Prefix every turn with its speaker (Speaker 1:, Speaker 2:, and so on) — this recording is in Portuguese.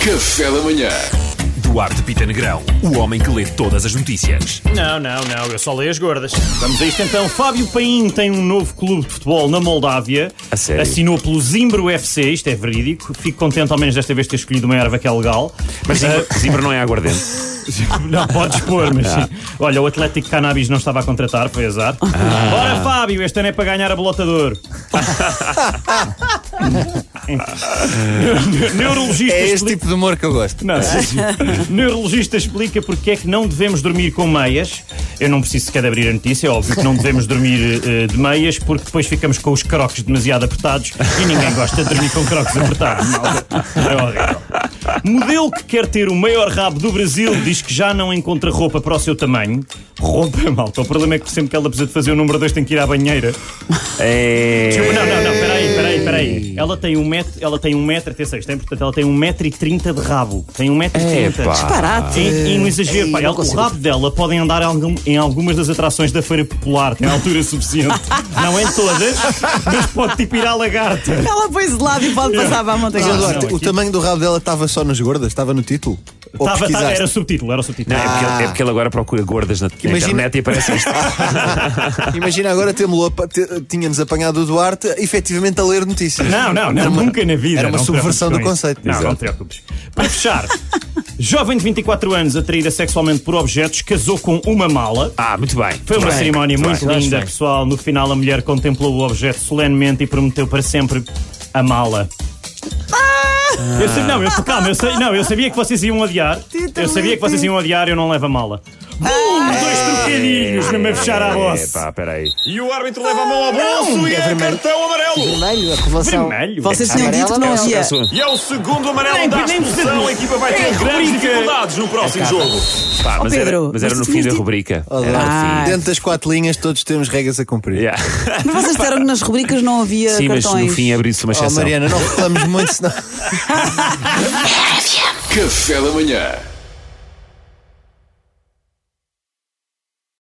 Speaker 1: Café da manhã.
Speaker 2: Duarte Pita Negrão, o homem que lê todas as notícias.
Speaker 3: Não, não, não, eu só leio as gordas. Vamos a isto então. Fábio Paim tem um novo clube de futebol na Moldávia.
Speaker 2: A sério?
Speaker 3: Assinou pelo Zimbro FC, isto é verídico. Fico contente ao menos desta vez ter escolhido uma erva que é legal. eh,
Speaker 2: Mas Zimbra, Zimbra não é aguardente.
Speaker 3: Não pode expor, mas sim. Olha, o Atlético Cannabis não estava a contratar, foi azar. Bora, Fábio, este ano é para ganhar a bolotador. Neurologista
Speaker 4: É este tipo de humor que eu gosto.
Speaker 3: Não, sim, sim. Neurologista explica porque é que não devemos dormir com meias. Eu não preciso sequer de abrir a notícia, é óbvio que não devemos dormir eh, de meias, porque depois ficamos com os croques demasiado apertados e ninguém gosta de dormir com croques apertados. malta. É horrível. Modelo que quer ter o maior rabo do Brasil diz que já não encontra roupa para o seu tamanho. Roupa, malta. O problema é que sempre que ela precisa de fazer o número 2 tem que ir à banheira.
Speaker 2: É,
Speaker 3: Não, não, não, peraí, peraí, peraí. Ela tem um metro, ela tem um metro, atenção, isto é importante, ela tem um metro e trinta de rabo. Tem um metro e trinta.
Speaker 5: Disparate.
Speaker 3: E, e um exagero,
Speaker 5: Ei,
Speaker 3: pá,
Speaker 5: não
Speaker 3: ela- o
Speaker 5: consigo.
Speaker 3: rabo dela podem andar em algum- em algumas das atrações da Feira Popular, tem altura suficiente. não em todas, mas pode tipo ir à lagarta.
Speaker 5: Ela põe de lado e pode passar para a montanha.
Speaker 3: Ah,
Speaker 4: Eduardo,
Speaker 3: não, aqui-
Speaker 4: o tamanho do rabo dela estava só nas gordas? Estava no título? Ou
Speaker 3: Tava- tava-
Speaker 4: pesquisaste?
Speaker 3: era o subtítulo, era o subtítulo.
Speaker 2: Não, é, porque ele,
Speaker 4: Ah.
Speaker 2: é porque ele agora procura gordas na, na
Speaker 4: Imagina-
Speaker 2: internet e aparece isto.
Speaker 4: Imagina agora temos tinha-nos apanhado o Duarte efetivamente a ler notícias.
Speaker 3: Não, não, não,
Speaker 4: Era uma-
Speaker 3: nunca na vida.
Speaker 4: Era uma
Speaker 3: Não te
Speaker 4: subversão do
Speaker 3: preocupes com isso.
Speaker 4: conceito.
Speaker 3: Não, não te preocupes. Para fechar, jovem de 24 anos atraída sexualmente por objetos casou com uma mala.
Speaker 2: Ah, muito bem.
Speaker 3: Foi uma
Speaker 2: Muito bem.
Speaker 3: cerimónia muito
Speaker 2: bem.
Speaker 3: linda, pessoal. No final, a mulher contemplou o objeto solenemente e prometeu para sempre a mala. Eu sabia, não, eu, calma, eu, sa- não, eu sabia que vocês iam adiar. Eu sabia que vocês iam adiar eu não levo a mala. Bum! Dois trocadilhos não me fechar a voz.
Speaker 2: Epá, peraí.
Speaker 3: E o árbitro leva a mão ao bolso e é cartão amarelo.
Speaker 6: Vermelho, a revelação.
Speaker 3: Vermelho?
Speaker 5: Vocês tinham
Speaker 6: Amarela
Speaker 5: dito que não
Speaker 6: não.
Speaker 5: havia.
Speaker 3: E é o segundo amarelo
Speaker 2: da
Speaker 3: expulsão. A equipa vai ter grandes dificuldades no próximo jogo.
Speaker 2: Pá, mas, era,
Speaker 5: Pedro,
Speaker 2: mas era
Speaker 5: mas
Speaker 2: no
Speaker 5: tu
Speaker 2: fim da
Speaker 5: tinhas dito-
Speaker 2: rubrica.
Speaker 4: Oh,
Speaker 2: Era
Speaker 4: Duarte,
Speaker 2: no fim.
Speaker 4: Dentro das quatro linhas todos temos regras a cumprir.
Speaker 2: Yeah.
Speaker 5: Mas vocês disseram que nas rubricas não havia
Speaker 2: Sim, mas
Speaker 5: cartões.
Speaker 2: no fim abriu-se uma
Speaker 4: Oh,
Speaker 2: exceção.
Speaker 4: Mariana, não falamos muito senão...
Speaker 1: Café da manhã.